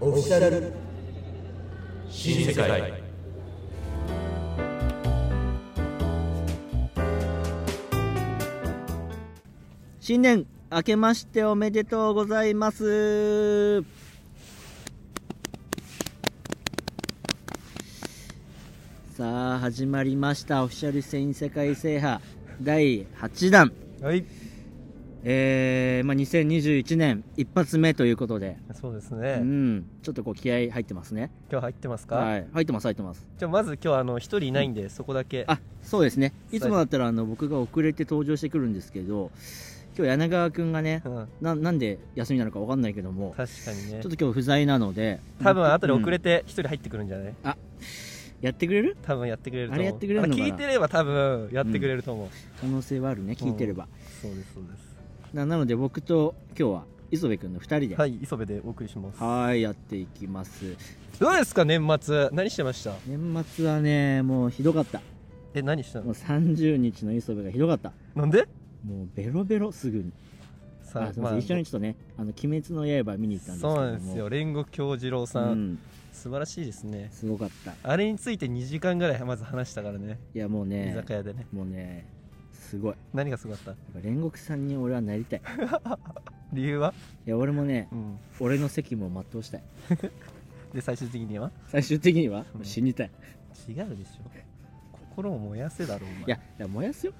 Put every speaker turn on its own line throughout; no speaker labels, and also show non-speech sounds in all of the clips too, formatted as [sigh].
オフィシャル
新世界
新年明けましておめでとうございますさあ始まりましたオフィシャル戦世界制覇第8弾
はい、
えー、まあ、2021年一発目ということで、
そうです
う
ね。
ん、ちょっとこう気合入ってますね
今日入ってますか。
はい入ってます入ってます
じゃあまず今日あの一人いないんでそこだけ。
あそうですねいつもだったらあの僕が遅れて登場してくるんですけど今日柳川君がね
うん、
ななんで休みなのかわかんないけども
確かにね
ちょっ。と今日不在なので
多分後で遅れ
て、
て一人入ってくるんじゃない？
うんやってくれる
多分やってくれると思う。
あれやってくれるのかな
あ聞いてれば多分やってくれると思う。
可能性はあるね聞いてれば、
そうですそうで
ななので僕と今日は磯部君の2人で
す。は、
はい
磯部でお送りします。
ーいやっていきます
どうですか年末？何してました？
年末はねもうひどかった
え、何した
もう
の？
30日の磯部がひどかった
なんで？
もうベロベロすぐに
さ
あすいません一緒にちょっとね「あの鬼滅の刃」見に行ったんですけ
そ
ど
う
も
なんですよ。煉獄京次郎さん、
うん、
素晴らしいですね。
すごかったい
あれについて2時間ぐらいまず話したからね。
やもう
居
ね
酒屋でね。
もうねすごい
何がすごかった？
やっぱ煉獄さんに俺はなりたい
理由は？
いや俺もね
うん。
俺の責務を全うしたい
で最終的には？
最終的には
うん
死にたい、
違うでしょ心を燃やせだろお前
いやいや燃やすよ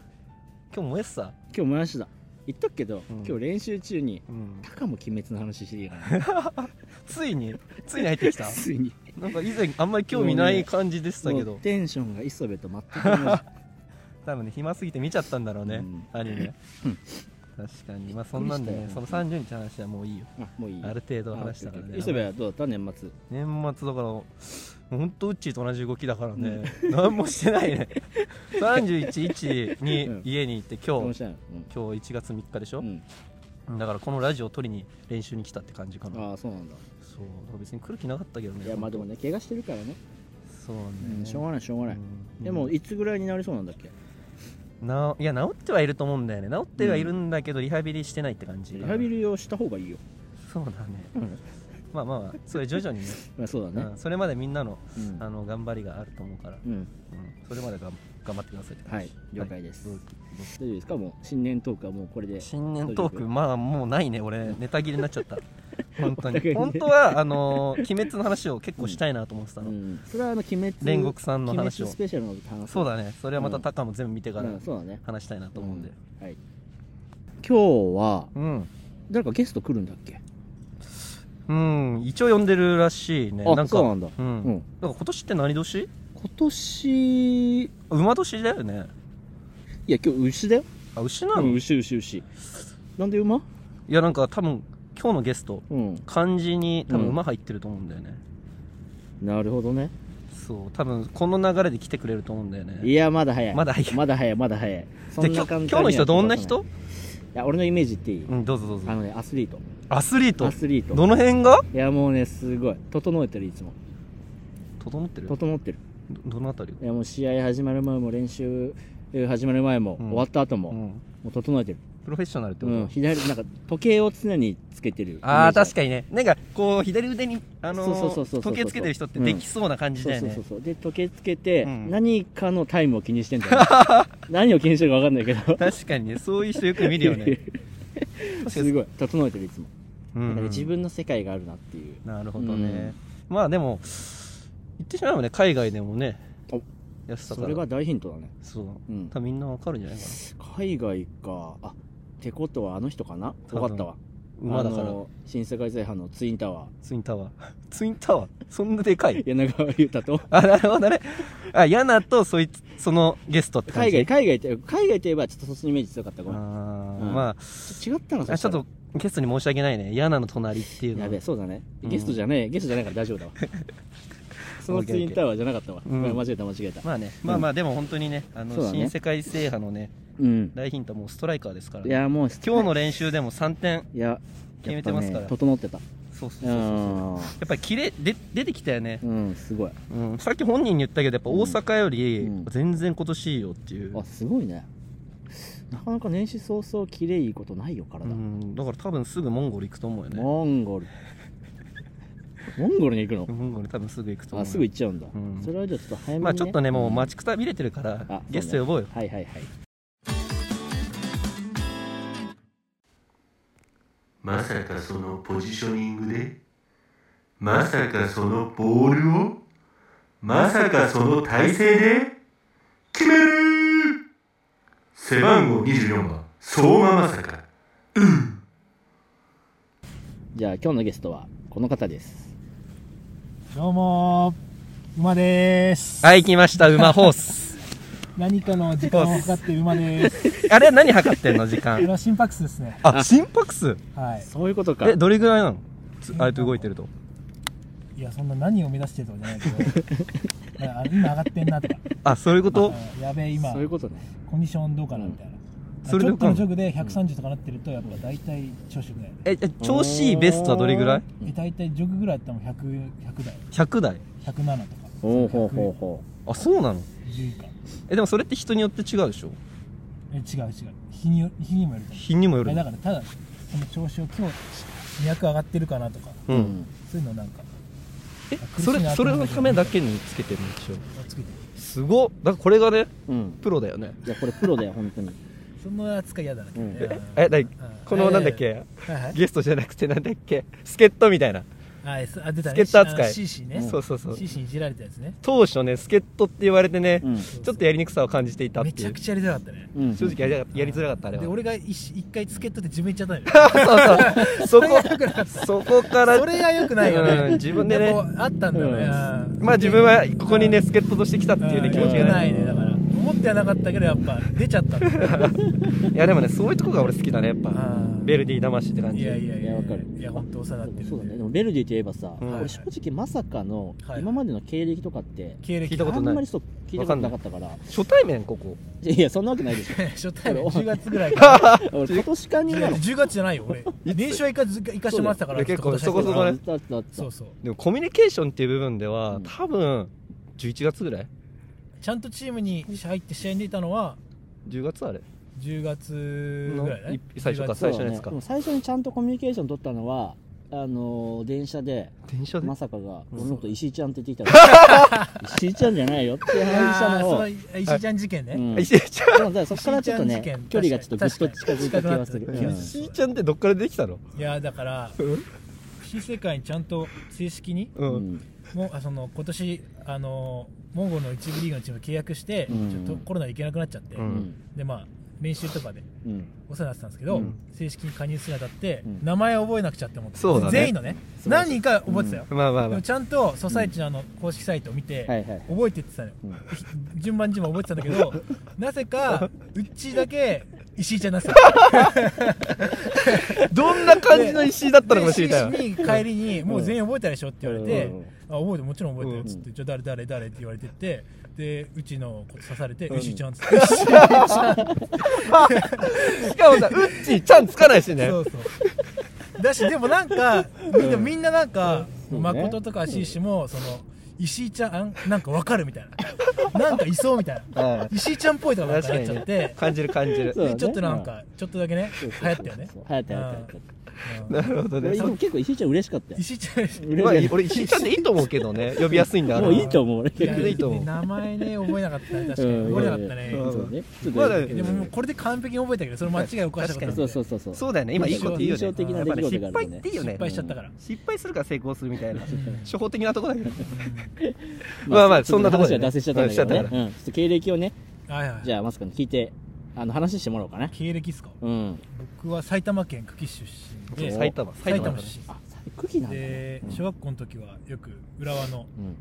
今日燃やすさ
今日燃やした言っとくけど、
うん
今日練習中に
うん
たかも鬼滅の話してい
[laughs]
いから、ね、
ついについに入ってきた
[laughs] ついに
なんか以前あんまり興味ない感じでしたけ
も
ど
うテンションが磯部と全
[laughs]
く同じび
多分ね暇すぎて見ちゃったんだろうね、
うん
アニ
[laughs]
メ
うん
確かにまあそんなんで
びっ
ね
くり
その
したよ
30日の話はもういいよ
あもういい
ある程度話したから
あオッケーオッケ
ね
ー磯部はどうだった年末
年末だからもうほんとウッチーと同じ動きだからね、 [laughs] 何もしてない
[laughs]
ね31日
うん
に家に行って
ど
今
う
日
したの
今日1月3日でしょ
う、ん、
だからこのラジオを撮りに練習に来たって感じか
う、
なん
ああそうなんだ
そうだから別に来る気なかったけどね
いやまあでも
ね
ね怪我してるからね、
そうなんだ
うん、しょうがないしょうがない、
うん
でもいつぐらいになりそうなんだっけ
ないや治ってはいると思うんだよね治ってはいるんだけどリハビリしてないって感じ
リハビリをした方がいいよ、
そうだねまあまあまあそれ徐々にね
まあ、そうだね
うんそれまでみんなの
うん
あの頑張りがあると思うから、
うん
うんそれまでがん頑張ってくださいって
は
感じ
い了解です、
はい
大丈夫ですかもう新年トークはもうこれで
新年トークまあもうないね俺ネタ切れになっちゃった
[laughs]
本当
全
に
くね
本当はあのー鬼滅の話を結構したいなと思ってた
う
の、
ん、それはあの鬼滅
煉獄さんの話を
鬼滅スペシャルの話
そう
だ
だねそれはまたタカも全部見てから
うん、そうだね
話したいなと思うんで
うんはい、今日は
うん
誰かゲスト来るんだっけ
うん、一応呼んでるらしいね。な
あ
んか
そうなんだ
う。
うんん
なんか今年って何年
今年い
馬年だよね。
や今日牛だよ、
あ、牛なの、
うん、
い
牛牛牛なんで馬
や、なんか多分、今日のゲスト、
うん
漢字に多
う
分
ん
馬入ってると思うんだよね。
なるほどね
そう、多分この流れで来てくれると思うんだよ
い
ね。
やまだ早い
まだ早い
まだ早いまだ早いそ
で
ん
今日今
な簡単
日の人どんない人
や俺のイメージっていい、
うん、どうぞどうぞ
あ。のねアスリート
アスリート
ア。スリート
どの辺が
いやもうねすごい整えてるいつも
整ってるど
整ってる
どのあたり
いやもう試合始まる前も練習えー始まる前も、
うん
終わった後も、
う
も
ん。
う整えてる、
プロフェッショナルって
う
こと、
ん、左なんか時計を常につけてる
あー確
か
かにねなんかこう左腕にあの
そうそうそうそうそう
ー時計つけてる人ってできそうな感じだよ
そう
ね、
そうそうそうで時計つけて、
うん
何かのタイムを気にしてんだ
[laughs]
よね何を気にしてるか分かんないけど
確かにねそういう人よく見るよね
すごい整えてるいつも、
うん
なんかね自分の世界があるなっていう
なるほどね、まあでも言ってしまえばね海外でもね
お
やってたか
そ
ら
れは大ヒントだね
そう
うん
多分みんなわかるんじゃないか
海外かあってことはあの人かな
多
分
分
かったわ
な馬だか
あ
ら
の新世界制覇のツインタワ
ツインタワー [laughs] ツインタワーそんなでか
ー
い
柳川優太と
あなるほどねあヤナとそいつそのゲストって感
海
じ
外海外って海外といえばちょっとそっちのイメージ強かったご
あ
めん
ー
うん
ま
違ったの
ああちょっとゲストに申し訳ないねヤナの隣っていうの
や
は
べえそうだね
うん
ゲストじゃねえ、ゲストじゃないから大
[laughs]
丈夫だわそのツインタワーじゃなかったわ、
オッケーオッケーうん
間違えた間違えた
まあね、まあまあでも本当にねあ
そう
の
だね
新世界制覇のね
うん
大ヒントはもうストライカーですから
い
ね
やもう
今日の練習でも3点
いや
決めてますから
やっぱね整ってた
そうそうそうそう
う
そうんやっぱりキレで出てきたよね、
うんすごい
うん、さっき本人に言ったけどやっぱ大阪より
うん
全然今年いいよっていう、
あすごいねなかなか年始早々綺麗いいことないよ
う
体、
んだから多分すぐモンゴル行くと思うよね
モンゴルモンゴルに行くの
モンゴル多分すぐ行くと思
あ
う
すぐ行っちゃうんだ、
うん
それはじゃあちょっと早めに、ね、
まあちょっとねもう待ちくたびれてるから、
あ
ゲスト呼ぼうよ
そうねはいはいはい
まさかそのポジショニングでまさかそのボールをまさかその体勢で決める背番号24番相馬まさか
じゃあ今日のゲストはこの方です
どうもー、馬でーす。
はい来ました馬ホース [laughs]
何かの時間を測って馬でーす。
あれ何測ってんの時
これ
間
は心拍数ですね。
あ心拍数
はい。
そういうことか
えどれぐらいなのつあれと動いてると
いや、そんな何を目指してるとかじゃないけど、あ今上がってんなとか、
あそういうこと
あやべえ、今
そうい、うことね
コンディションどうかなみたいな。
それ
ち
で
ょっとのジ
う
ョグで130とかなってると、やっぱ大体調子ぐらい。
ええ調子いいベストはどれぐらい
え大体ジョグぐらいだったらもう100、100台、
100台
107とか、
おおほうほうほ
あそうなの
10か。
えでもそれって人によって違うでしょ
え違う違う。日によ日にもよると思
日にもよ
う。
る
えだから、ただ、その調子を今日200上がってるかなとか、
う
う、うんん、
そういうのなんか、
え
苦しい
そ
な
れ
と
そ
思
れ
うんだ
の
けど
ためだけにつけてるんでしょ
あつけてる。
すごっだからこれがね
うん、
プロだよね
いやこれプロだよ本当に
その扱い嫌だな、
うん
うん
えだい
うん
このなんだっけ
はいはい
ゲストじゃなくてなんだっけ助っ人みたいな
あすあ出た
助っ
ね
人扱い
あのシーシーね
そうそうそう
シーシーにいじられたやつね
当初ね助っ人って言われてね、
うん
ちょっとやりにくさを感じていたっ
め
て
ち
い
ゃ
う
くちゃやりづらかったね
うん
正直やりややりづらかったあれは
で俺が一一回助っ人で自分行っちゃ
[laughs]
ったのよ
そうそう
それが良くなかっ
そこそこから
それがよくないよね、
うん自分でね
やっぱあったんだよね、うん
まあ自分はここにね助っ人として来たっていうね
ん
気持ちが
良くな
ね
いねだから思ってはなかったけどやっぱ出ち
[laughs]
ゃったんだよね
いやでもねそういうとこが俺好きだねやっぱ
うん
ベルディ魂って感
い
じ
やいやい
いや
や
わかる
いや本当お世話になってるんで
そうだねでもベルディといえばさ、
うん
俺正直まさかの
はい
今までの経歴とかって
経歴
聞いたこ
あ
と
ん
ない
まりそう聞いたことなかったから
初対面ここ
いやいやそんなわけな
[laughs]
いでし
[laughs] 初
[laughs]
対面10月ぐらいから
ょ俺今年加入なの
10月じゃないよ俺練習は行かず行かしてもらってたから
そうだよ
ちょっと
結構そこそこ
今年
ね
は
あったあったあった
そうそう
でもコミュニケーションっていう部分では、
うん
多分11月ぐらい
ちゃんとチームに入って試合に出たのは
10月あれ
10月ぐらいだね
のい最初か
10月
そう
最
だ
初の
ね
やつか
でも最初にちゃんとコミュニケーション取ったのはあのー電車で
電車で、
まさかが俺のこと石井ちゃんって言ってきたから
[laughs]
石井ちゃんじゃないよって話した
あー
のを、
そうの石井ちゃん事件ね、
ん、
あ
で
石井ちゃん
もさそこからちょっと
石井ち
ね
ゃん事件
距離がちょっとぐっと近づいた気はする、
確
う
かに
ん
石井ちゃんってどっからできたの
いやだから新世界にちゃんと正式に
うん、
うん
もうあその今年あのモンゴルの一部リーグのチーム契約して、
うん
ちょっとコロナで行けなくなっちゃって、
う
うんん
でまあ練習とかで
うん
お世話になってたんですけど、
うん
正式に加入するにあたって、
うん
名前覚えなくちゃって思って
そうだね
全員のね
そう
何人か覚えてたよ、
まあまあ
で
まあ
もちゃんとソサイチのあの公式サイトを見て、
はいはい
覚えてってたのよ、
うん
順番順番覚えてたんだ
[laughs]
けどなぜかうちだけ石井ちゃんなさ
どんな感じの石井だったのかもしれないわ
石井に帰りに「もう全員覚えたでしょ」って言われて
うん
「あ覚えてるもちろん覚えてる」っつって「
う
じゃあ誰誰誰」って言われてってでうちのこと刺されて「
うん
石井ちゃん」っつって「石井ち
しかもさ、うっちーちゃんつかないしね。
そうそうだしでもなんかみんなみんななんか
そうね
誠とかシーシもその石井ちゃんなんかわかるみたい
[laughs]
ななんかいそうみたい
う
な
ん
石井ちゃんっぽいとかなん
確か
か
に
なっちゃっ
ね
て。
感じる感じる
そ。うだね
でちょっとなんかちょっとだけね
そう
流
そう
行ったよね
そう流行った流行った流行っ
うん
なるほど
た
ね。
俺結構石井ちゃん嬉しかったよ
石井ちゃん
まあ
嬉しかっ
俺、石井ちゃんでいいと思うけどね。呼びやすいんだ
た
から。
もういいと思う俺
いや
いいと思う
名前ね覚えなかったね確か
う
に
ん
覚えなかったね、
いやいや
そうねちょっ
ま
と
だ
えでももうこれで完璧に覚えたけどその間違いを犯した
そ
ことな
う
くて
そうそうそう
そうだよね。今いいこと言うよね。
印象的な出来事があるよ
やっぱり失敗っ
ね
ていいよね
失。敗しちゃったから、
失敗するから成功するみ
[laughs]
たいな
うん。
初歩的なとこだけど。まあまあそんなところ
で
でね
脱線しちゃったんだけど
うん
ね
しちゃった
うんちょっと経歴をね
はいはい
じゃあマスカに聞いてあの話してもらおうかな
経歴っすか
うん
僕は埼玉県久喜市出身で
埼玉。
埼玉
だね
出
あクキな
身
んだね
で小学校の時はよく浦和の
うん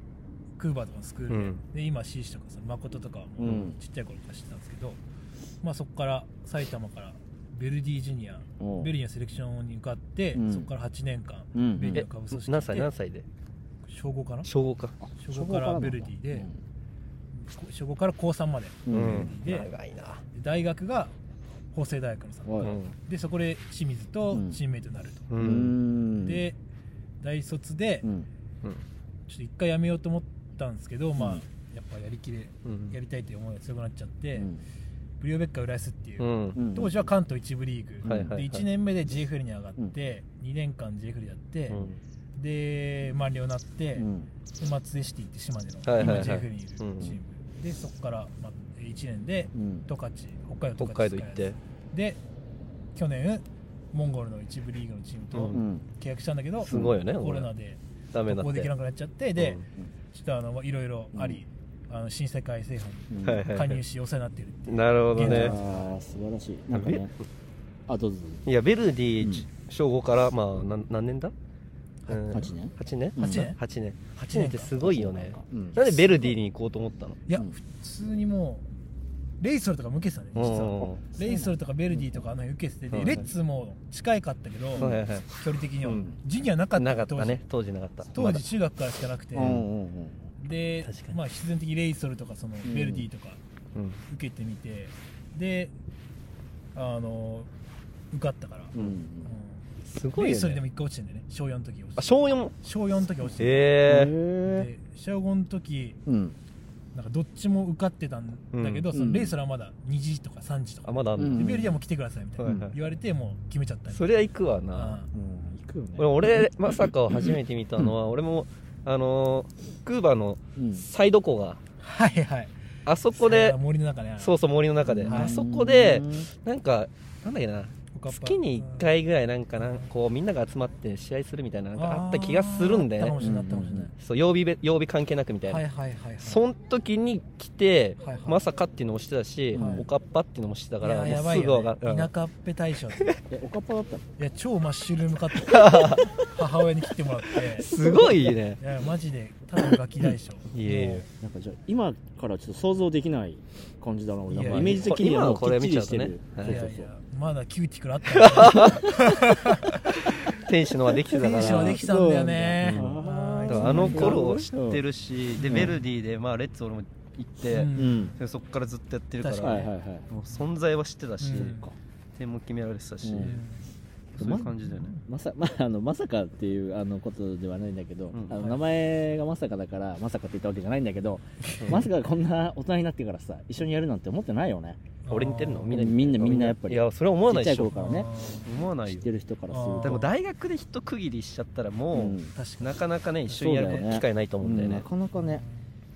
クーバーとかのスクールで,、
うん
で今 C 市とかさ誠とかはもう
うん
ちっちゃい頃から知ってたんですけど、まあそこから埼玉からベルディジュニア
おう
ベルディのセレクションに受かって、
うん
そこから8年間
うんうん
ベルディ
え
の株組織
何歳
で
何歳で
小5かな
小五か。
小5からベルディで、小5から高3まで
う
うんん。
で
長いな。
大学が法政大学のさ
お
う
い
ん
でそこで清水とチームメイトになると、
う。
うんん
で大卒で
うん
ちょっと一回やめようと思ったんですけど、まあやっぱやりきれ
うん
やりたいという思いが強くなっちゃって、
うん
ブリオベッカ浦安っていう、
うん。
うん
当時は関東一部リーグ、
はいはいはい
で1年目で JFL に上がって、2年間 JFL やって、
うん
で、マリオなって、
うん
で松江シティって島根の、
はいはいはい
今 JF にいるチーム、
うん
でそこから、ま、1年で
うん
十勝北海道
北海道行っ
十勝
て
で去年モンゴルの一部リーグのチーム
う
と
うん
契約したんだけど、
すごいよね
コロナで
ダメにな
渡航
っ
でき
て
なくなっちゃってで、
うん
ちょっとあのいろいろあり、あの新世界制覇
うん
はいはい
[laughs] に加入しお世話になってるっていう、
なるほどね
ああ素晴らしいなんかねあどうぞどうぞ
いやベルディ、
うん
小5からまあなん何年だ、うん
八年
8年
うん
八年
8年
八
8年
年
って
か
すごいよね
うん
なんでベルディに行こうと思ったの
いや、
うん
普通にもうレイソルとか向けてたね実は
うん
レイソルとかベルディとかあの辺受けてて、
うん
レッツも近いかったけど、
はいはいはい
距離的には、
うん
ジュニアなかった
なかったね当時なかった
当時中学からしかなくて、
うんうんうん
で
確かに
まあ、必然的にレイソルとかその
ん
ベルディとか
まだうん
受けてみて、であの受かったから、
う
うん
ん
すごい
レイ
よ
ソル
ね
でも一回落ちてんだよね小4の時落
あ
ちて
小4
小4の時落ちてて
ええ
へえ
で小5の時
うん
なんかどっちも受かってたんだけど、
うん
その
うん
レイソルはまだ2時とか3時と
あ
か、
まだあんの、
う
で
ん
ベルディはもう来てくださいみたいな、
はいはい
言われてもう決めちゃったみた
そ
い
りゃ行くわな、
う
な
ん行くよね
俺俺まさかを初めて見たのは、俺もあのークーバの
うん
サイド湖が
はいはい
あそこで
さあ森の中ね
そうそう森の中で、
うん
あそこでなんかなんだっけな
おかっぱ
月に1回ぐらいなんかなんこうみんなが集まって試合するみたいななんかあった気がするんだよ
あーあ
ね
ったかもしれないあったかもしれない
そう曜日べ曜日関係なくみたいな、
はいはいはいはい
そん時に来て、
はいはい
まさかっていうのもしてたし、
はい
おかっぱっていうのもしてたか
い
ら、
やや
もう
ば
す
い
ぐわ
よ、
か
ね、
る、
田舎っぺ大賞ってい
えおかっぱだったの
や超マッシュルームカ
[laughs]
ット母親に切ってもらって
すごいね
いやマジでただのガキ大賞
いえいえ
もう
なんかじゃあ今からちょっと想像できない感じだな俺なん
い
か
や
イメージ的にはもう
今のこれ
きっちりして
見
る
ちゃうとね
そう
いや
そう
い
そう
やまだキューティクルあったからね
天使のはできてたか
テンションで
ら
きたんだよね
そうなんだ
だ
あー
からあの頃を知ってるしで
うん
ベルディで、まあ、レッツ俺も行って、
う
うんん
でそこからずっとやってるから
確
は
か
い
に
はいはい
もう存在は知ってたし、
うん
点も決められてたし、
うん
そういう感じだよね、
まさ [laughs] まあのまさかっていうあのことではないんだけど、
うん
あの名前がまさかだからまさかって言ったわけじゃないんだけど、まさかこんな大人になってからさ一緒にやるなんて思ってないよね
俺似てるのみ
み
ん
ん
な
な
に
みんなやっぱり
いやそれは思わ
ち
な
っ
い
ちゃ
で
い
しょ
頃からね
思わない
知っ
よ
てる人からする
あー
と
でも大学で一区切りしちゃったら
う
も
ん
う、
確かに
なかなかね一緒にや
そうだ
る
よね
機会ないと思うんだよね
なかなかね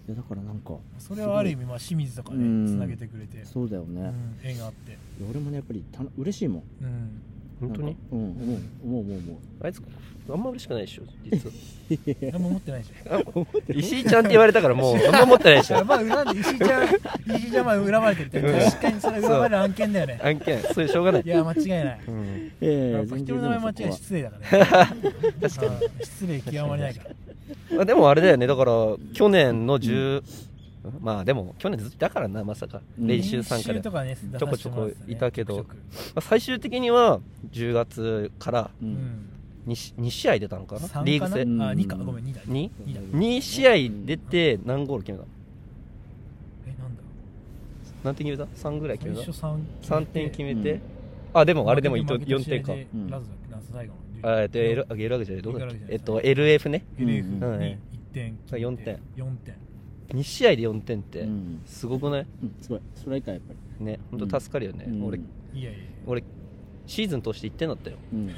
いやだからなんか
それはある意味まあ清水とか
う
ね
ん
つなげてくれて
そうだよね、
うん縁があって
いや俺もねやっぱりたの嬉しいもん
うん
本当に
なんかうんうんもうもうもう
あいつあんま嬉しくないでしょ実は
何も持ってないでしょ
[laughs] 石井ちゃんって言われたからもうあんま持ってないでし
いや
ょ
まあ恨んで石井ちゃん石井ちゃんは恨まれてるって確かにそれ恨まれる案件だよね
案件それしょうがない
いや間違いない
うん
え
や
え
っぱ
全
人
然で
の名前
も
間違
そこ
え
は
失礼だから
[laughs]
ね確かに失礼極まりないから
まあでもあれだよねだから去年の10、まあでも去年ずっとだからなまさか
うん
練習参加で、
練習と
ま
かね
ちょこちょこいたけど
ちょくちょく
あ最終的には10月から
う
うんん
2, 2試合出たのかな
3かな
リーグ
あ
戦
うん
2かごめん2だ
に
二だ
2試合出て何ゴール決めたの
えなんだ
何点決めた ?3 ぐらい決
最
めた
初3
3点決めて、
うん
あでもあれでも
負けて
4点か
負けた試合でラズだっけラズ大河の
あえっと L あ L わけじゃないどうだっけ
L わけ
えっ
じゃな
と
い
LF ね
うん
LF に
うん
1点決めて
四点
四点
2試合で4点って
うん
すごくない
うんすごいそれ以下やっぱり
ね本当助かるよね、
うん
俺
いやいやい
俺シーズン通して1点だったよ
うん
や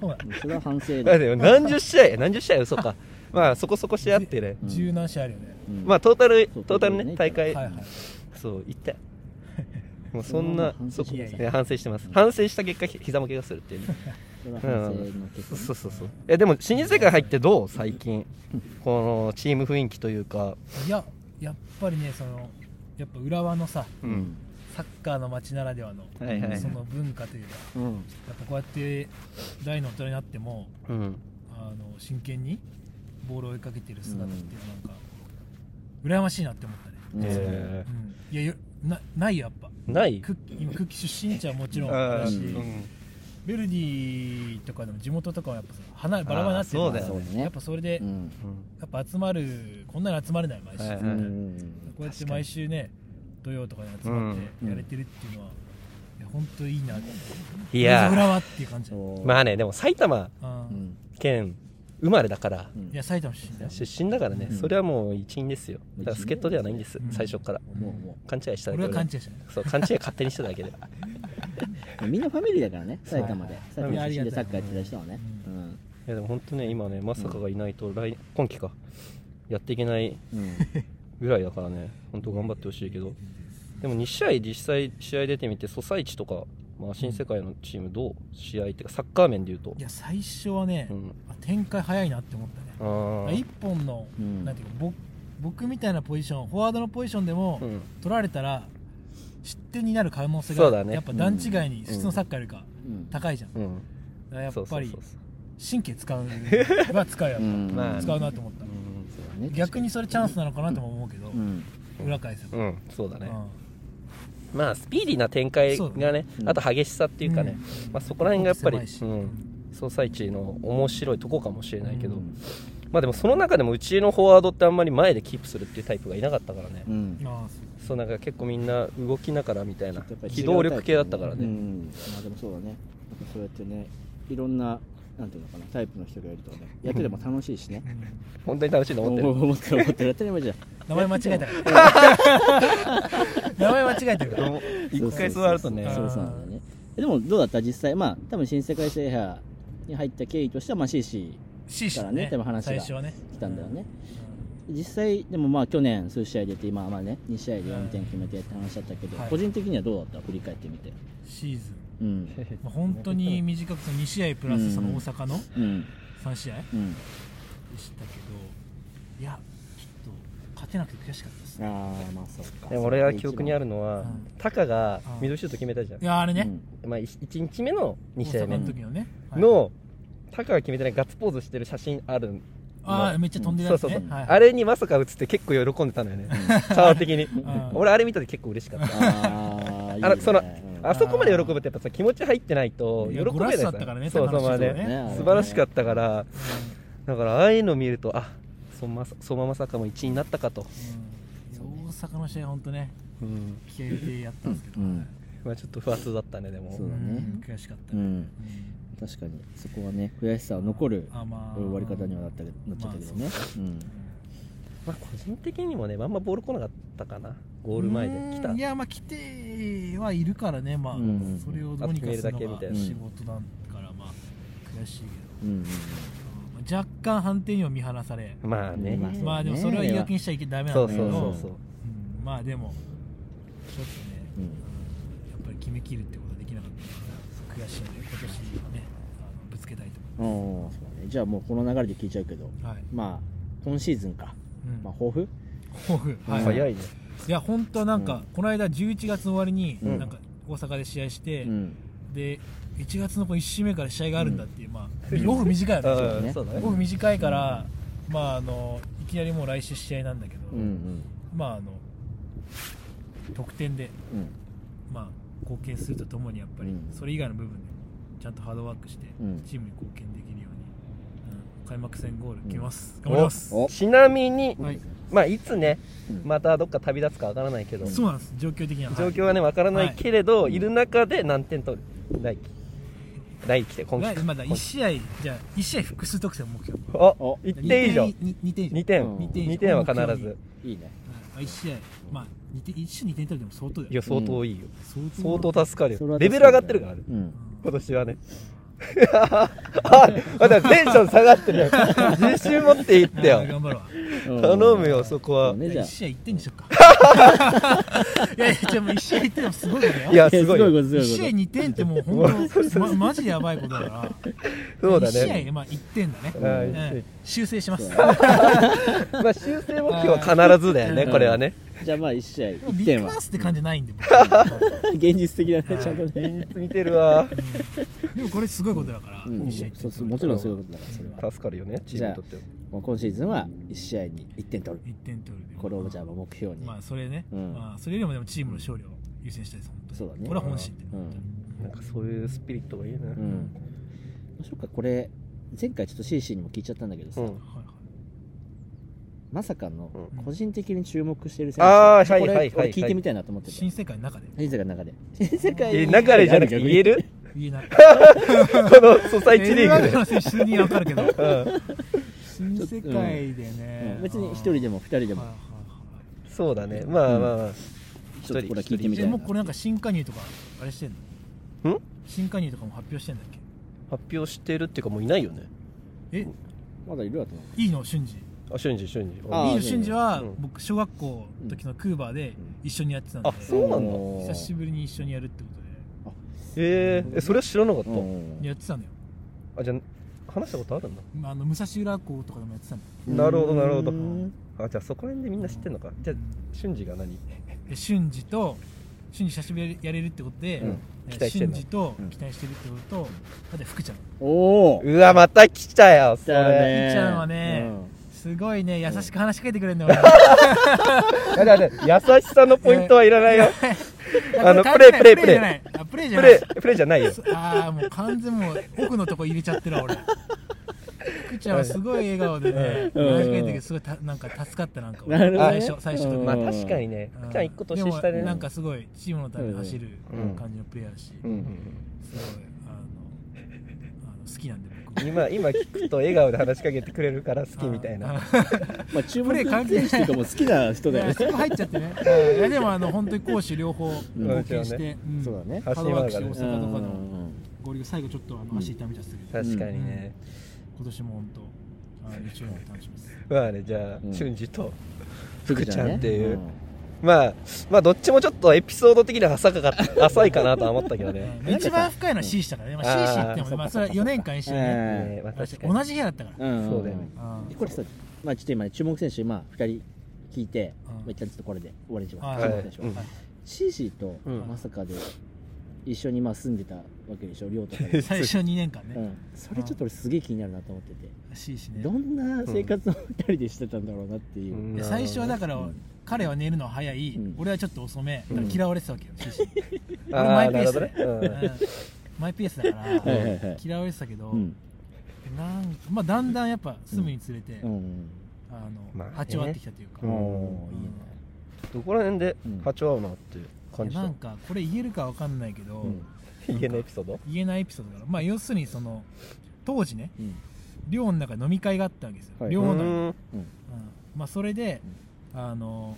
そうだ
それは反省
だっ
だ
て何十試合何十試合嘘かまあそこそこ試合あってね
うん
十何試合あるよね
う
[laughs]
ん
まあトータル
そう
トータルね
ト
大
ータ
は
会
いはい
そう1点 [laughs] もうそんな
反
そ
省し
こ
て
く
い
ださい
や反省してます反省した結果ひ膝も怪我するっていうね
それは反省の
そ
結果
うそうそうそうえでも新世界入ってどう最近このチーム雰囲気というか
いややっぱりねそのやっぱ浦和のさ
うん
サッカーの街ならではの
はいはいはい
その文化というか
うん
やっぱこうやって大の大人になっても
うん
あの真剣にボールを追いかけてる姿っていうのはなんか、羨ましいなって思ったね、
うん
え
うん、いやよなないよやっぱ
ーない
クッ今クッキー出身地はもちろん
あ
だし、
ーうん
ベルディとかでも地元とかはやっぱさ離れバラバラになってる
あーそうだよね
から
ね
やっぱそれで、
う
や
ん
うん
っぱ集まるこんなに集まれない毎週、
はいはい
うん
こうやって毎週ね土曜とかに集まってやれてるっていうのは、いや本当いいなって
い
い
や
裏
ー
はっていう感じだ、
そう
まあねでも埼玉
あ
う
ー
ん
県生まれだから
うん
いや埼玉出身だよ
出身だからね
うん
それはもう一員ですよだから助っ人ではないんです
うん
最初から
思う思
勘違いしただけ
俺は
俺は
勘違いしない
そう勘違い勝手にしてただけで
うみんなファミリーだからね埼玉で
う
埼玉出身でサッカーやってた人はね
う
うん
やでも本当ね今ねまさかがいないと来、今期かやっていけない
うん、
ぐらいだからね本当頑張ってほしいけどでも2試合実際試合出てみてソサイチとか、まあ、新世界のチームどう試合っていうかサッカー面でいうと
いや最初はね、
うん
あ展開早いなって思ったね
あ
まあ
ー
一本の、
うん
なんていうかぼ僕みたいなポジションフォワードのポジションでも、
うん
取られたら失点になる可能性
そうだ
が、
ね
やっぱ段違いに普通のサッカーよりか
うん
高いじゃん、だ
うん
からやっ
そうそ
ぱ
う
り
そうそう
神経使うは
[laughs]
使うやっぱ、
うん
まあ
使うなと思っ
う
た
ん
そうだね
逆にそれチャンスなのかなとも思うけど、
うん
裏返せば、
うん、そうだね、
うん
まあスピーディーな展開
そう
がね
うん
あと激しさっていうかね、まあ、そこら辺がやっぱり、
狭いし
うん、捜査一の面白いとこかもしれないけど、
うん
まあでもその中でもうちのフォワードってあんまり前でキープするっていうタイプがいなかったからね、
うん
ああそう
そうなんか結構みんな動きながらみたいな
やっぱり違う
機動力系だったから
タイプの
ね、
うんまあでもそうだねやっぱそうやってねいろんななんていうのかなタイプの人がいるとねやってても楽しいしね
本当に楽しいと思ってる、
思ってる思ってるやってればいいじゃん
名前間違えたから
[laughs]
名前間違えてるから
一回そうなるとね
そうそうなんだねえでもどうだった実際まあ多分新世界制覇に入った経緯としてはまあ CC
シ
からね多分話が
最初はね
来たんだよね、実際でもまあ去年数試合出て今はまあね2試合で4点決めてって話だったけど、
はい
個人的にはどうだった振り返ってみて
うんシーズ
う
ン、
ん
まあ、本当に短くその2試合プラスその大阪の
うん
3試合で
うん
したけどいやちょっと勝てなくて悔しかったです
あ
ね
あまあそうか
でも俺は記憶にあるのは、
うん
タカがミドルシュート決めたじゃん
い、やあれ
ね、
ね、
まあ、1日目の2試合
大阪
目
の時のね、はい
の、タカが決めてないガッツポーズしてる写真ある
ああめっちゃ飛んでる
そ
や
う
つ
そ
ね
うそう、
はい
あれにまさか映って結構喜んでたのよね顔的に
ん
俺あれ見た時結構嬉しかった
ああいい、ね、
あらその
うん
あそこまで喜ぶってやっぱさ気持ち入ってないと
い
喜
や
べない
ゴラッシュだ
さ
ったからね
そうそう
高
まあ
梨
ね
翔
ねあれね
素晴らしかったからだからああいうの見るとあそんまそままさかも1位になったかと、
うんうんいや大阪の試合本当ね
うん
気合い入れてやったんですけど、
うん
まあ、ちょっと不発だったねでも
そうだね
うん悔しかっ
う
た、うん
ん確かにそこはね悔しさは残る
あまあ
終わり方にはなったけどなっちゃったけどね、うん
まあ、個人的にもねあんまボール来なかったかなゴール前で来た
うんいやまあ来てはいるからねまあ、
うん
それをどうにかする
あと決めるだけみ
の
たい
が
な
仕事だからまあ悔しいけ
うん
ど、まあ、若干判定には見放され、
まあね、
まあそう
まあでもそれは言い訳にしちゃいけダメな
そ
ん
う
だ
そ
け
う
ど
そう
だ
そう
うんまあでもちょっとね、
うん
やっぱり決めきるってことはできなかったから悔しいので今年ねあのぶつけたいと
うんうんおーそうだねじゃあもうこの流れで聞いちゃうけど
思いますはい、
まあ今シーズンか、
うん
まあ、抱負
抱負はい、
早いね
いや本当はなんか、
うん
この間11月の終わりに、
うん
なんか大阪で試合して、
うん
で1月のこう1週目から試合があるんだっていう、まあオフ短いよね
うん
ね
そうだね
オフ短いから、まああのいきなりもう来週試合なんだけど、
うんうん
まああの得点で
うん
まあ貢献するとともにやっぱり、
うん
それ以外の部分でもちゃんとハードワークして、
うん
チームに貢献できるように、うん開幕戦ゴール決めます、
お
頑張ります
お
ちなみに、
はい、
まあいつね
うん
またどっか旅立つかわからないけど、
そうなんです状況的には、はい
状況はねわからないけれど、
はい
い、る中で何点取る来季来季で今季
来まだ1試合じゃあ1試合複数得点を目標
あ
お
1点以上
2点以上
2点
うん
二点以上
2点は必ず
いいね
うん一試合、まあ、二点一試合2点取るでも相当だ
い
よ
や相当いいよ、
相
相当助かる
そ
よ
れは確かに
レベル上がってるからね
うん
今年はね [laughs] あまだテンション下がってるよ自信持っていって
あー
よ
頑張るわ
頼むよそこは
そうねじゃ
1試合1点にしよ
[laughs]
うかいやいやじゃあもう1試合1点もすごいことだよ
い
あ
や
す
すご
ご
い
いこと
よ
すご
1
い
試合
こ
2点ってもう本
[laughs]
当、ま、マジでやばいことだから
そうだ
1試合
ね
でまあ1点だね、
う
うんん、修正します
まあ修正目標は必ずだよね
うん
これはね
とじゃあまあ1試合
ビ
1
ッ
点
グマ
は
ウスって感じないんで、僕
[laughs] 現実的だねちゃんとね
見てるわ
でもこれすごいことだから、
うん
2試合1
そう
点
そうもちろんそういうことだからそれは
助かるよねチームにとっては
もう今シーズンは1試合に1点取る
1点取るで
これをじゃあまあ目標に、
まあそれね、
うん
まあ、それよりもでもチームの勝利を優先したいです本当に
そうだね
これは本心で、
うん
なんかそういうスピリットがいいな、
うんどうしようかこれ前回ちょっと CC にも聞いちゃったんだけどさ、
うん
はいはい
まさかの
うん
個人的に注目してる選手、
あー
ちょっとこれ
はいはいはいはい
俺聞いてみたいなと思ってて
新世界の中で
人生の中で人生
え
界
流れじゃなくて言える
言えない
このソサイチリーグで
の選手に分かるけど
うん
新世界でね、
[laughs] うん別に1人でも2人で
で
も
はいはい
そうだねまあまあまあ、
ちょっとこれ聞いて
は
み
い
た
え
いな
もうこれなんか新加入とかあれしてんの
ん
新加入とかも発表してんだっけ
発表してるっていうかもういないよね
え
まだいるやと思う
いいの俊二
あ瞬時瞬時
あー
いいの俊二は
うん
僕小学校の時のクーバーで一緒にやってたんで
あそうなんだ
久しぶりに一緒にやるってこと
えー、えそれは知らなかった、
うん
でやってたのよ
あじゃあ話したことあるんだ
まああの武蔵浦校とかでもやってたの
なるほどなるほど
うん
あじゃあそこら辺でみんな知ってんのかじゃあ瞬時が何
で瞬時と瞬時久しぶりにやれるってことで、
うん
えー
期待してん
瞬
の
時と
うん
期待してるってことと、あと福ちゃん
おお
うわまた来たよそ
だよ
れ
ね
いっちゃんはね
うん
すごいね優しく話しかけてくれ
[laughs]
るんだよ
あじゃあじゃあ優しさのポイントはいらないよ
俺
あの
これ
プレイ
プ
プレイ
レイじゃないあプレイじゃ
プ
ない
レープレーじゃないよ
ああもう完全もう奥のとこ入れちゃってるわ俺福ちゃんはすごい笑顔でね
うん
話しかけてくれてすごいたなんか助かったなんか俺
なるほどね
最初最初と
うん
ま
か
あ確かにね
う
福ちゃん一個年下で
も
ね
なんかすごいチームのために走る
うん
感じのプレイヤーだし、
う
うんん
すごいあのあの好きなんで僕も
今今聞くと笑顔で話しかけてくれるから好きみたいな
あ
あ
まあ注
プレ
目
イ関係ない
選手っていうかもう好きな人だよ
あ
ね
[laughs] そこ入っちゃってねいやでもあの本当に攻守両方貢献して、ん
そうだね
ハードワークして大
走
阪とか
う
の
ん
合流最後ちょっとあの足痛めちゃってたけど、
確かにね、
今年も本当あの一応楽しみです
まあねじゃあ、
うん
俊二と
福
ちゃんっていう
ね
まあまあどっちもちょっとエピソード的には浅かかった浅いかなとは思ったけどね
一番深いのは C したからね、まあ、C 氏っても、まあ、それは4年間一緒にね、
ねまあ確かに
同じ部屋だったから、
うんん
そうだよね
うん
これさまあちょっと今ね注目選手今二人聞いて
うん
まあ一旦ちょっとこれで終わりにしま
は
す
い
注目選手
う
は
ん
シーシーと
うん
まさかで一緒にまあ住んでたわけでしょ寮とか
[laughs]
で
最初2年間
う
ね、
んそれちょっと俺すげえ気になるなと思ってて
C 氏
ど
ね
んな生活を二人でしてたんだろうなっていううん
最初はだから、
うん
彼は寝るのは早い、
うん
俺はちょっと遅め、だから嫌われてたわけよ C 氏に
あ
俺マ
ー
イペ
な
ー
る
ス
ほ
で
どね、うん
うんマイペースだから
はいはいはい
嫌われてたけど、
うん
なんまあ、だんだんやっぱ住むにつれて、
うん
あの
まあね
波長合ってきたというか、
う
お
ん
ーいいねどこら辺で
うん
波長合うなって感
で
じた、
なんかこれ言えるかわかんないけど、
うん
家のエピソード
言えないエピソードだからまあ要するにその当時ね
うん
寮の中で飲み会があったわけですよ、
はい
寮内で、うん
うん
まあ、それで、あの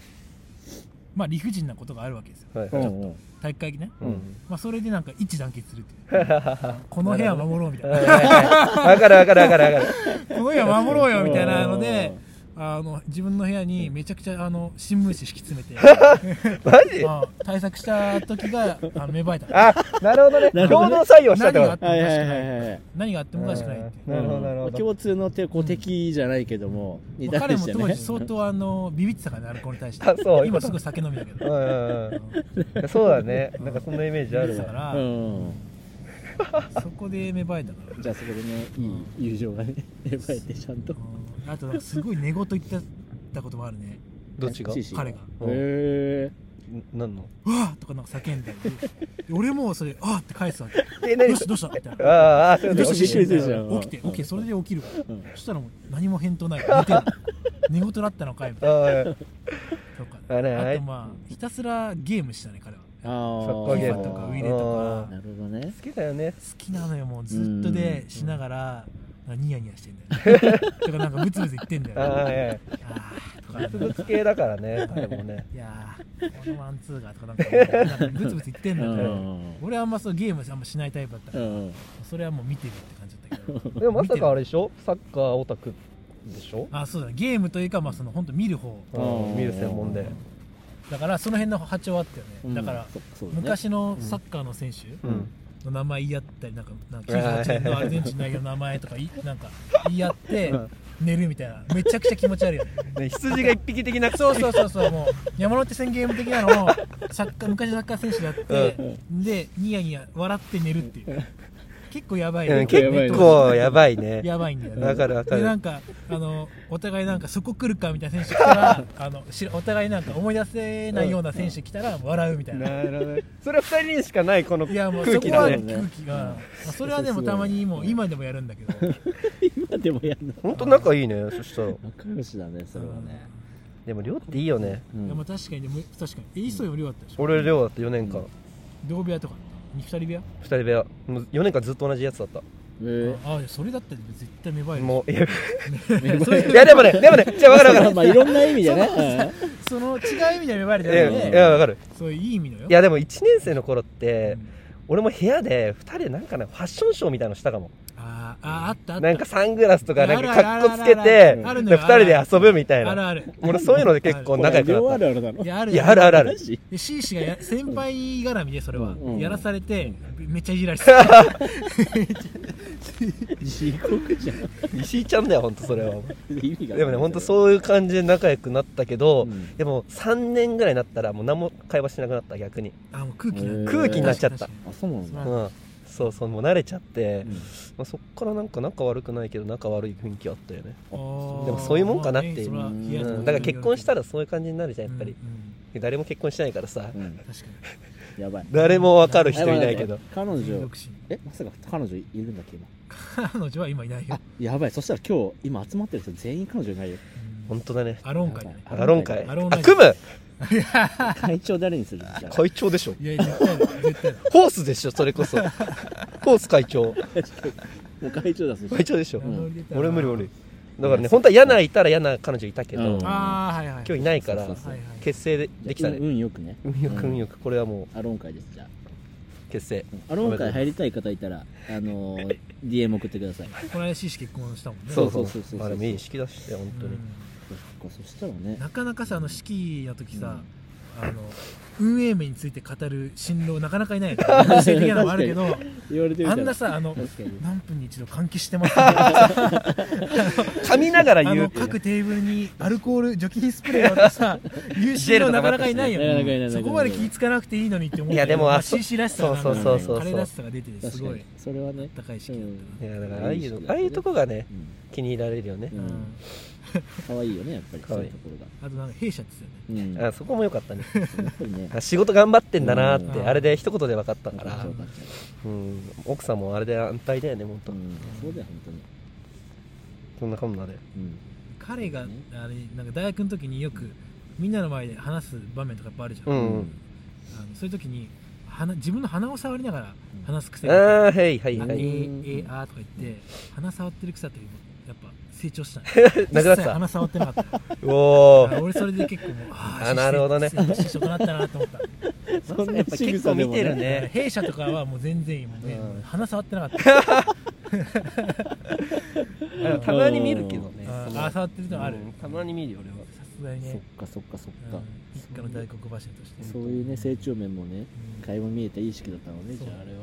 まあ理不尽なことがあるわけですよ
はい
うん
はい
体育会議ね、
う
うんん
まあ、それでなんか一致団結するっていうこの部屋守ろうみたいな
わかるわかるわかるわかる
この部屋守ろうよみたいなのであの自分の部屋にめちゃくちゃあの新聞紙敷き詰めて、
マジ
まあ、対策した時があの芽生えた
あなるほどね
なるほ
共
どね
同採用したってこ
何
と
が
はいはいはいはいはい
何があってもおかしくないっていう
なるほどなるほど
まあ共通の手こう敵じゃないけども、に
まあ彼
対し
も
て
当
ね
時相当あのビビってたからねアルコールに対して
あそう
今すぐ酒飲みだけ
う
ど
んうんうんそうだねなんかそんなイメージあ
ビビって
る
たか
わ
ら、
うん
そこで芽生えたから
じゃあそこでねいい友情がね芽生えてちゃんと
うんあとなんかすごい寝言言ってたこともあるね
どっちが
シーシー
彼が
へえ
何の
「うわっ!」とかなんか叫んでで俺もそれ「あっ!」って返すわけ
え
ど
何
うしたどうしたみたいな
あーあーそう
ど
だ
うし
起
て
き
してて
る
るじゃん
起きて起きてそれで起きるから、
うん
そしたらもう何も返答ない寝てる寝言だったのかいみたいな
あ
とか
あれあ
あ
い
とまあひたすらゲームしたね彼は好
ああ
サッカーゲーム
とかウイイレとか
なるほどね
好きだよね
きなのよもうずっとでしながらなんかニヤニヤしてん
[laughs]
だよ、ね、とかなんかブツブツ言ってんだ
ああ
よ、ね、
はいはい
あーと
物
か
々系だからね彼もね
いやーこのワンツーがとかなんかなんかブツブツ言ってん
う
だよ、ね
ん
俺はあんまそうゲームあんましないタイプだったか
う
ら、
ん
それはもう見てるって感じだったけ
[laughs]
ど
でもまさかあれでしょサッカーオタクでしょ
あそうだゲームというかまあその本当見る方
うん見る専門で
だからその辺の波長あったよね、
うん
だから
そそうだね
昔のサッカーの選手
うん
の名前言い合ったりなんかなんか98年のアルゼンチン代表の名前とかいなんか言い合って
うん
寝るみたいなめちゃくちゃ気持ち悪いよね [laughs]
ね羊が一匹的な
そうそうそうそうもう山手線ゲーム的なのをサッカー昔のサッカー選手でやって、でニヤニヤ笑って寝るっていう結構やばいよね、
うん結構やばいね
やばいんだよね。
わかるわかる
で、なんか、あの、お互いなんか、そこ来るかみたいな選手来
[laughs]
たら、あの、しお互いなんか思い出せないような選手来たら、笑うみたいな。
なるほどねそれは二人にしかないこの
いや、もう
空
そこ
気
は
だ
空
ね
気が、まあそれはでもたまにもう、今でもやるんだけど、
今でもやんの
本当仲いいねそしたら
仲良しだねそれはね
でも寮っていいよね
う
いや
ん
もう確かに、でも確かに、え、磯より良かったでしょ。
俺寮だって4年間
同部屋とか、二人部屋
2人部屋もう4年間ずっと同じやつだった
えー
ああ、それだったら絶対芽生える。
もうい
[laughs]
や
[laughs]
そういう
いやでもねでもねじゃあ分かる分かる
まあいろんな意味でね
その違う意味で芽生えるじゃ
い
な
や
く
い
て、
や分かる
そういういい意味のよ。
いやでも1年生の頃って
うん
俺も部屋で2人でなんかねファッションショーみたいなのしたかも
ああああったあった
なんかサングラスとか、なんか
あ
格
るあ
好
る
つけて、
あるあ
二
るある
人で遊ぶみたい
ある
な。
ある
俺そういうので結構仲良く
これ
な
あ
った。
るあるだろ
いやある
いや、あるあるあ
マ
る。
ジ
で C 氏がや先輩絡みでそれは、
うん
やらされてめっちゃいじられて
[laughs]
た
地獄じゃん
石井ちゃんだよ、ほんとそれは。
意味が
でもね、ほんと
う
そういう感じで仲良くなったけど、
うん
でも3年ぐらいになったらもう何も会話しなくなった、逆に。
あもう空気
へー
に
空気になっちゃった
確かに
あそうなんだ
う
うんん。そうそう、もう慣れちゃって、
うん
まあ、そっからなんか仲悪くないけど仲悪い雰囲気あったよね。
確かに
でもそういうもんかなっていう
まあねそれは
う
冷や
うん。
や
だから結婚したらそういう感じになるじゃん、やっぱり。
うんうん
誰も結婚してないからさ
う、ん
確かに
やばい
誰もわかる人いないけど。
彼
純
女
独身
えまさか彼女いるんだっけ今
彼女は今いないよ
あやばいそしたら今日今集まってる人全員彼女い
[laughs]
ないよ
う
ほ
ん
んとだね。
アローン会だね
やばい
アロン会。
アロン
あ、
会
組む
会長誰にするじゃあ
会長でしょ。
いや絶対だ絶対だ
ホースでしょ、それこ
[laughs]
そ。ホース会長。
もう会長だそしたら
会長でしょ。
名乗り出たな
俺無理無理。だからね、本当は嫌ないたら嫌な彼女いたけど、
うん
今
ああはいはい
日いないから
そうそうそう
はいはい、
結成でできた
うん
ね。
運よくね
運よく運よく、これはも
アローン会ですじゃあ
う結成。
アローン会入りたい方いたらあ
[laughs]
のー DM 送ってください
この間 C 氏結婚したもんね
そうそう
そ
そう
そうそ
うそうう。
うそ
あれもいい式だして、本当に。
そっかそしたら
う
ね
んなかなかさあの式の時さあの運営面について語る新郎なかなか
[laughs]
いないよね個性的なのもあるけど
言われてみた
あん
ら
なさあの
確かに
何分に一度換気してますあ
噛みながら言う
の
っていうね。
各テーブルにアルコール除菌スプレーを渡さ優秀のなかなかいないよ
なかなかいない
ねそこまで気ぃつかなくていいのにって思うい
いやでもあそ
CC らしさが
そう
そうそうそう
彼らしさが出ててす
確か
ご
に
い
それはね
高い式だっ
いやだからああいうああいうとこがね気に入られるよね
う
たな、うんん
可愛いよねやっぱり
可
そう
愛
い
いう
ところが
あとなんか弊社って言ってたよね
うんや
あ
っ
そこも良かったね
ぱりね
あ仕事頑張ってんだなっ
う
て
ん
あれで一言で分かったか
わ
ら
かっちゃうわかっちゃ
うん奥さんもあれで安泰だよね本
う
当
うんそうだよ本当に
そんなこんなで
うん
彼が
ね
あれなんか大学の時によくみんなの前で話す場面とかやっぱあるじゃん、
う
あの
ん
そういう時に鼻自分の鼻を触りながら話す癖
あ
があっ
あはいは
て
い
「あ
は
え
い
ーえーあー」とか言って鼻触ってる癖だったけどやっぱ成長したね
[laughs] なくなっ
一切
た
鼻触ってなかった
おお
あ俺それで結構もうあー
あなるほどね
成長してなったなと
[laughs]
思った
そんな
やっぱ結構見てる
だから
ね
弊社とかはもう全然いいもんね、
うん
鼻触ってなか
[laughs]
った、
あたまに見るけどね
あ
そ
ー
の
あー触ってるのある
うんたまに見るよ俺は
さすがに
そっ
ね、
かそっかそっ
うん
か、
一家の大黒柱として、
そういうね成長面もね
うん
垣間見えたいい式だったのねじ
そう
ゃああれは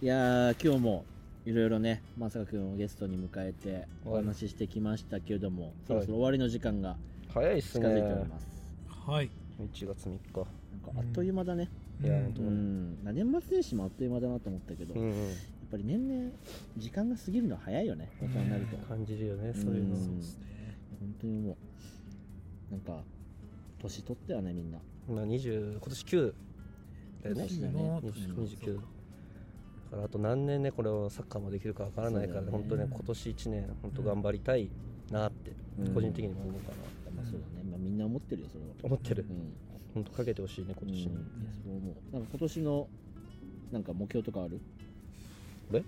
いやー今日もいろいろねまさかくんをゲストに迎えてお話ししてきましたけれども、そろそろ終わりの時間が
早いっす
近
ね
づいており
1
ます、
はい
月3日
なんかあっという間だね、
いや
うん
本当
うん年末年始もあっという間だなと思ったけど、
う
やっ
ん
ぱり年々時間が過ぎるのは早いよね大人になると、本
感じるよねそういうの
うん
そうね
当にもうなんか年取ってはねみんな
まあ20今年9だよね
年だね
29だからあと何年ねこれをサッカーもできるかわからないから、
そうだね
本当ね今年1年本当頑張りたいなって、
うん
個人的にも思うかな、
まあそうだね、まあ、みんな思ってるよそれは
思ってる
うん
本当かけてほしいね今年に、
うんいやそう思うなんか今年のなんか目標とかある
俺
うん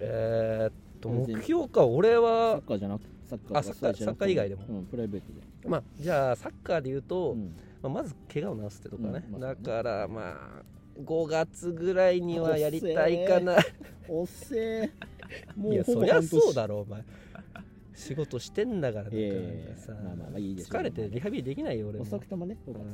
えーっと
全然
目標か俺
サッ
は
カーじゃなくサッカーとか
あサッカー
そうじゃ
サ
なくて
ッカー以外でも
うんプライベートで
まあじゃあサッカーで言うと、
うん
まあ、まず怪我を治すってとかね、
うんまあ
だからまあ5月ぐらいにはやりたいかな
おっせ
[laughs]
えも
いうや
ほ
そ
ぼ
りゃ
半年
そうだろお前仕事してんだからなんか
え [laughs] え
なんかさ、
まあまあまあいいでしょう
疲れてリハビリできないよ俺も
遅くともね5月ね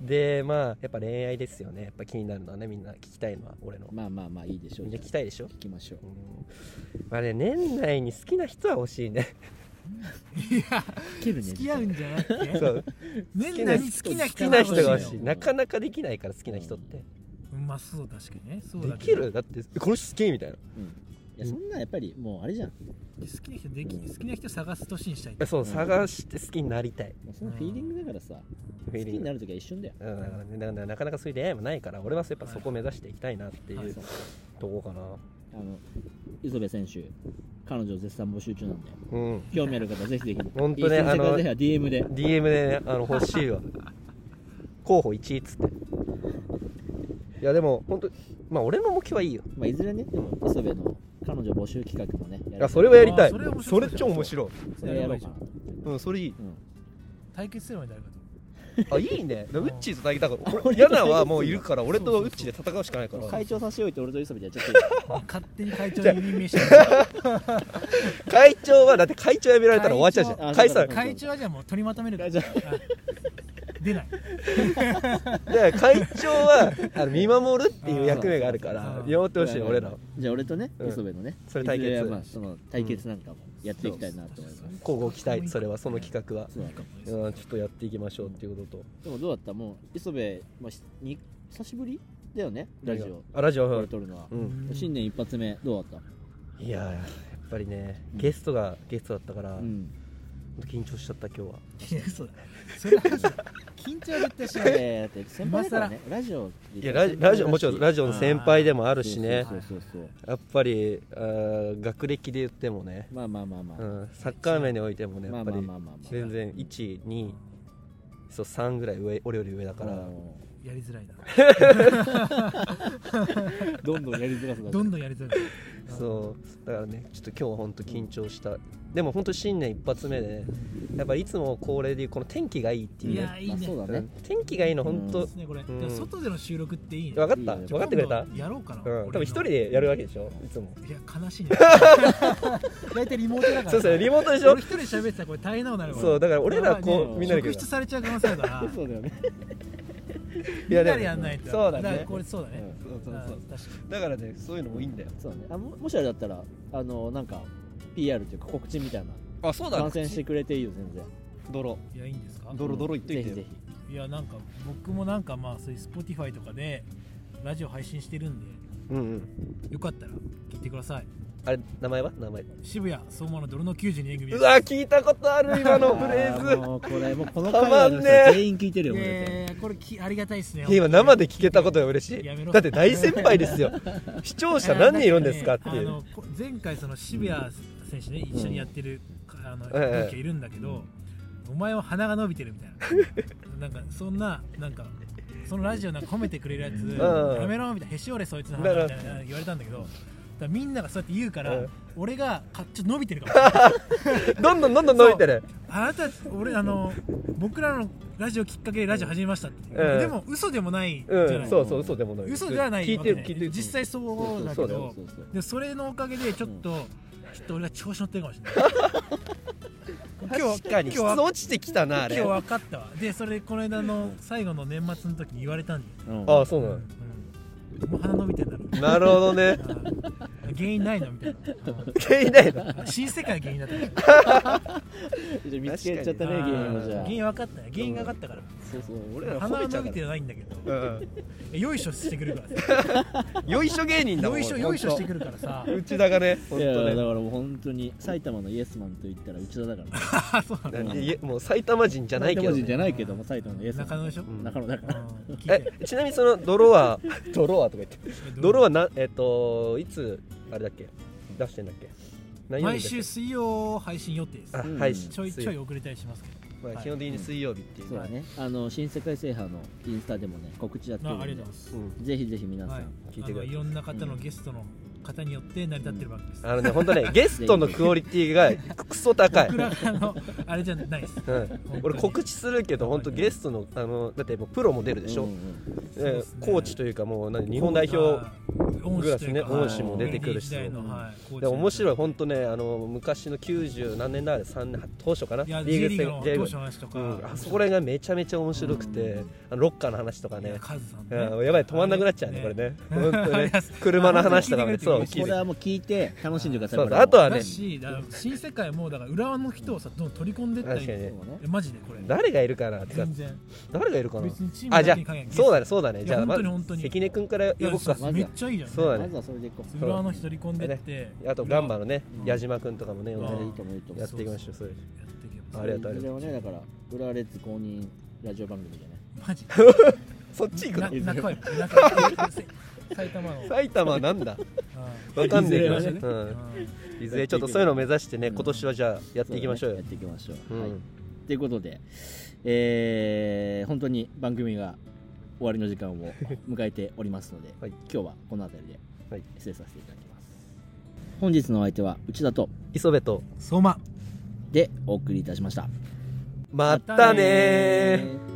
うんでまあやっぱ恋愛ですよねやっぱ気になるのはねみんな聞きたいのは俺の
まあまあまあいいでしょう
みんな聞き
じゃ
たいでしょ
あ聞きましょう
うんまあね年内に好きな人は欲しい
[laughs]
ね
いや
切るね
付き合うんじゃなくて
そう
年内に好きな
好
好き
人
きな
が
人
欲
が
しい
欲
の
しいなかなかできないから好きな人って、
うんまあそう確かにねそう
で
だけ
き
ど
るだってえこの人好きみたいな
うんいやそんなんやっぱりもうあれじゃん
好きな人でき好きな人探す年にしたい
えそう、
うん
探して好きになりたい
もうそのフィーリングだからさ
フ
好き
ィーリン
に
グ
なるときは一瞬だよ
うんだからねだからなかなかそういう出会いもないから俺はやっぱそこを目指していきたいなってい
はいう
とこかな、
あの磯部選手彼女絶賛募集中なんで
うん
興味ある方ぜひぜひ
[laughs] 本当ね
いい先生
あ
か
の
らぜひは DM で
DM で、ね、あの欲しいわ候補1位っつっていやでも本当まあ俺の目標はいいよ
まあいずれねでも磯部の彼女募集企画もねや
あそれはやりた
あ
い
それ面白い
それ超面白い
それはやろうかな
うんそれいい
対決すればいいんだよ
あいいねだからウッチーと対決だから
俺
俺ヤナはもういるから俺とウッチーで戦うしかないか
うん
ら
会長差し置いて俺と磯部でやっちゃって
[laughs]
勝手に会長に任命して
会長はだって会長辞められたら終わっちゃうじゃん
会
解
長
散
会長はじゃあもう取りまとめるから
会長
あ出ない
で会長はあの見守るっていう役目があるから
うん
見守ってほしいよ俺ら
は
を
じゃあ俺とね
うん
磯部のね
それ対決
いずれはまあその対決なんかもやっていきたいなと思います
交互期待それはその企画は
そう
うんちょっとやっていきましょうっていうことと
でもどうだったもう磯部まあしに久しぶりだよねラジオ
あラジオ
こ
は
れ撮るのは
うん
新年一発目どうだっ
いやーやっぱりねゲストがゲストだったから
たう
本
ん
当緊張しちゃった今日はい
や嘘だそれは嘘だ緊張は絶対しない
えーだって先輩だからねラジオ
いやラジラジオもちろんラ
ジ
ジオの先輩でもあ
オ
るしね
そうそうそうそう
やっぱりあー学歴で言ってもね
まあまあまあま
う
あ
んサッカー面においてもね
ま
や
あ
っぱ
まあ
り
まあまあまあ
全然12そう3ぐらい上俺より上だから
う
やりづらいな
んどんどんやりづらくな
どん
る
どんやりづらい
そうだからねちょっと今日は本当緊張したでも本当新年一発目でやっぱりいつも恒例でこの天気がいいっていう
い
ね
やいい
まあ
ね
そうだね
うん天気がいいの本当
ですねこれ、
うん
でも外での収録っていいね
分かっ
いい
た
よ
分かってくれた
今度やろうか
う
な、
ん多
俺
分
の
一人でやるわけでしょいつも
いや
[laughs]
悲しいね大体リモートだから
そうそうリモートでしょ
俺一人で喋ってたらこれ大変なことになるわ
そうだから俺らこうみんなで
職質されちゃう可能性あるからみ
そうだよね
[laughs] い
んなでやんないと
そうだね
からこれそうだね、
うん
そうそう
あ
そ
ー確か
うだからねそういうのもいいんだよ
そうねあももしあれだったらあのなんか PR というか告知みたいな
あそう
参戦してくれていいよ全然
泥
にいやいいんですか
泥泥言っといて
ぜ
よ
ひぜ
いやなんか僕もなんかまあそういう Spotify とかでラジオ配信してるんで
うんうん
よかったら聞いてください
あれ名前は名前
渋谷相馬の泥の92円組
うわ聞いたことある今の
ひ
フレー
あ
ズ
もうこれもうこの
たま
回
んね
の人全員聞いてるよ
い
もう
や
絶
い
対
やいやこれきありがたいですね
いや今生で聞けたことが嬉し
やめ
い
ろ
だって大先輩です
[laughs]
よ視聴者何人いるんですかって
あ
いう
のこ前回その渋谷選手ね、一緒にやってるかあの
ええ
同期がいるんだけど、お前は鼻が伸びてるみたい
[laughs]
ななんかそんななんかそのラジオなんか褒めてくれるやつ、
うん
やめろみたいなへし折れそいつの鼻みたいな言われたんだけどだからみんながそうやって言うから、
うん
俺がかちょっと伸びてるかも
どんどんどんどん伸びてる
あなた俺あの僕らのラジオきっかけでラジオ始めましたって、
うん
でも嘘でもないじゃ
う
ない、
んそうそう嘘でもない
嘘ではない
聞い
わけ
て
ね
る聞いてる
実際そうだけ
そうだ
ど
よ
そうそう
でそれのおかげでちょっと、ちょっと俺は調子乗ってるかもしれない今日
[laughs] 確かに質
今日は
落ちてきたなあ
今
れ
日
あ
分かったわでそれこの間の最後の年末の時に言われたんで、
うん
あそうなの
うん、もう鼻伸びてんだろ
なるほどね
あー原因ないのみたいな
聞いないな
あー新世界が原因だった
じゃあ見つけちゃったねゲ
あー
ームじゃあ
原因分かったよ原因が分かったから
そうそう俺
俺ら褒
鼻
め
は
ちゃう
伸び
か
てないんだけど
らうん
よいしょしてくるから
よいしょ芸人だも
よ
ん
いしょ
俺
よいしょしてくるからさ
内田がね本
いやだから
当
もう本当に埼玉のイエスマンと言ったら内田だからじ
あーそうなんだ
ら
ねいやもう埼玉人じゃないけど
じゃ
ね
ないけども埼玉のイエスマン
中野でしょ、
ん
中野だから
うん聞いて
えちなみにその泥は泥はとか言って泥
は
はなえっといつあれだっけ出してんだっけ何曜
毎
日だっ
週水曜配信予定です
けあ
うん
はい
ちょいちょい遅れたりしますけど
まあ基本的に水曜日っていう
そうだねあの新世界制覇のインスタでもね告知やってるん
あ
で
ありがとうございます、
うん
ぜひぜひ皆さ
はい
ん、
聞いてください
あのいろんな方のゲストの方によって成り立ってる番組です、
あのね、本当ね、ゲストのクオリティがクソ
[laughs]
高い
僕。らあのあれじゃないです
うん、俺告知するけど本当ゲストのあのだってもうプロも出るでしょ、
うんうん
えー
そうっすね
コーチというかもう何日本代表
恩師というか
グ
ラスね恩師も出
てくるし
現役時代の、はい、コーチ
で面白い本当ねあの昔の90何年だあれ3年当初かない
や J リーグの
リ
当
ーグ
初の話とか、
うん、あそこら辺がめちゃめちゃ面白くて、あのロッカーの話とか
いや
ね
カズさん
う
ね
んやばい止まんなくなっちゃうねこれね本当
[laughs] あり
ね
ます
車の話とかもね
あ本
そ
当に聞いてくれてる
う
これはもう聞いて楽しんでください
そう
こ
そ
れ
う
も
あとはね
だしだから新世界もだから浦和の人をさどんどん取り込んでったり
確かにね
そうね
えマジでこれ
誰がいるかなってか
全然
誰がいるかな
別にチーム
あじゃ
だけに限ら
あ
ず
そうだねそうだね
い
じゃ
や
あま
本当
ず
に本当に
関根君から
い
呼
や
ぼっか
まずは
めっちゃいいじゃん
そうだね
まずはそれでいこう
浦和の人取り込んでって
あとガンバのね矢島君とかもね呼んで
うん
ね
いいと思ういいと思
やっ
う
ていきましょうそれ
やっていけば
ありがとうあり
そ
が
れ
と
はねだから浦和レッズ公認ラジオ番組でね
[laughs]
マジ
うそっち行く
な
の [laughs]
中山中山埼玉の [laughs]
埼玉はなんだわかんないけど
いずれはね
うんいずれちょっとそういうのを目指してね、今年はじゃあやっていきましょうよ
やっ。ていきましょう。
うん
はい。ということで、えー本当に番組が終わりの時間を迎えておりますので、
はい
今日はこの辺りで
はい
失礼させていただきます。本日のお相手は内田と
磯部と、
相馬
でお送りいたしました。
またねー。
ー